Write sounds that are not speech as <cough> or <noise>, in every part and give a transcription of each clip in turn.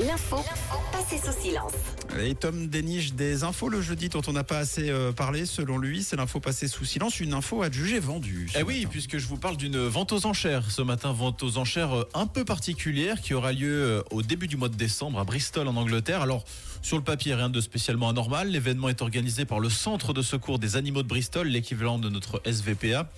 L'info passée sous silence. Et Tom déniche des infos le jeudi dont on n'a pas assez euh, parlé. Selon lui, c'est l'info passée sous silence, une info adjugée vendue. ce Eh oui, matin. puisque je vous parle d'une vente aux enchères ce matin, vente aux enchères euh, un peu particulière qui aura lieu euh, au début du mois de décembre à Bristol en Angleterre. Alors, sur le papier, rien de spécialement anormal. L'événement est organisé par le Centre de secours des animaux de Bristol, l'équivalent de notre SVPA.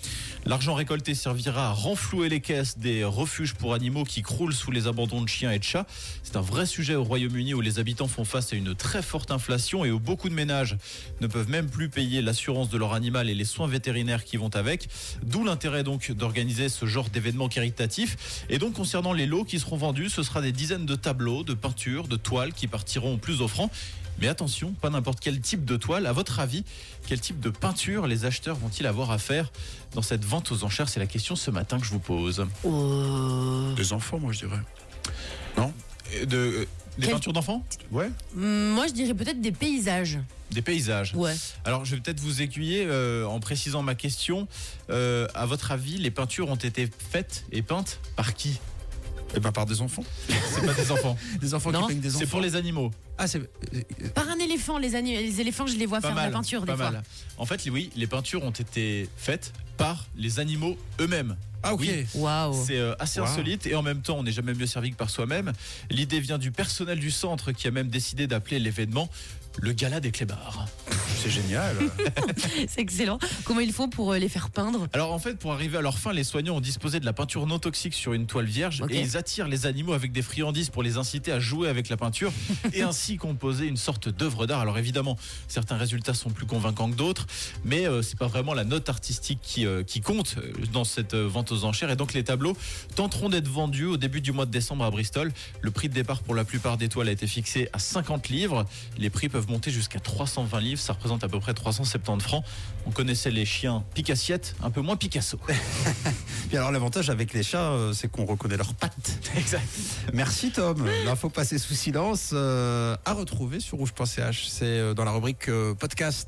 L'argent récolté servira à renflouer les caisses des refuges pour animaux qui croulent sous les abandons de chiens et de chats. C'est un vrai sujet au Royaume-Uni où les habitants font face à une très forte inflation et où beaucoup de ménages ne peuvent même plus payer l'assurance de leur animal et les soins vétérinaires qui vont avec. D'où l'intérêt donc d'organiser ce genre d'événement caritatif. Et donc concernant les lots qui seront vendus, ce sera des dizaines de tableaux, de peintures, de toiles qui partiront au plus offrant. Mais attention, pas n'importe quel type de toile. À votre avis, quel type de peinture les acheteurs vont-ils avoir à faire dans cette vente aux enchères C'est la question ce matin que je vous pose. Des enfants, moi je dirais. De, des Quel- peintures d'enfants Ouais. Hum, Moi, je dirais peut-être des paysages. Des paysages Ouais. Alors, je vais peut-être vous aiguiller euh, en précisant ma question. Euh, à votre avis, les peintures ont été faites et peintes par qui Et ben par des enfants. C'est pas des enfants. Des enfants Non. qui peignent des enfants. C'est pour les animaux. Ah c'est. Par un éléphant, les, ani- les éléphants, je les vois Pas faire mal. de la peinture pas des fois. mal. En fait, oui, les peintures ont été faites par les animaux eux-mêmes. Ah ok. Oui. Waouh. C'est euh, assez Wow. insolite et en même temps, on n'est jamais mieux servi que par soi-même. L'idée vient du personnel du centre qui a même décidé d'appeler l'événement le gala des clébards. C'est <laughs> génial. <laughs> C'est excellent. Comment ils font pour euh, les faire peindre Alors en fait, pour arriver à leur fin, les soignants ont disposé de la peinture non toxique sur une toile vierge Ok. et ils attirent les animaux avec des friandises pour les inciter à jouer avec la peinture et ainsi composer une sorte d'œuvre d'art. Alors évidemment, certains résultats sont plus convaincants que d'autres, mais euh, c'est pas vraiment la note artistique qui, euh, qui compte euh, dans cette euh, vente aux enchères. Et donc les tableaux tenteront d'être vendus au début du mois de décembre à Bristol. Le prix de départ pour la plupart des toiles a été fixé à 50 livres. Les prix peuvent monter jusqu'à 320 livres. Ça représente à peu près 370 francs. On connaissait les chiens Picassiette, un peu moins Picasso. <laughs> Puis alors l'avantage avec les chats, euh, c'est qu'on reconnaît leurs pattes. Exact. Merci Tom. L'info passée sous silence euh, à retrouver sur rouge.ch. C'est euh, dans la rubrique euh, podcast.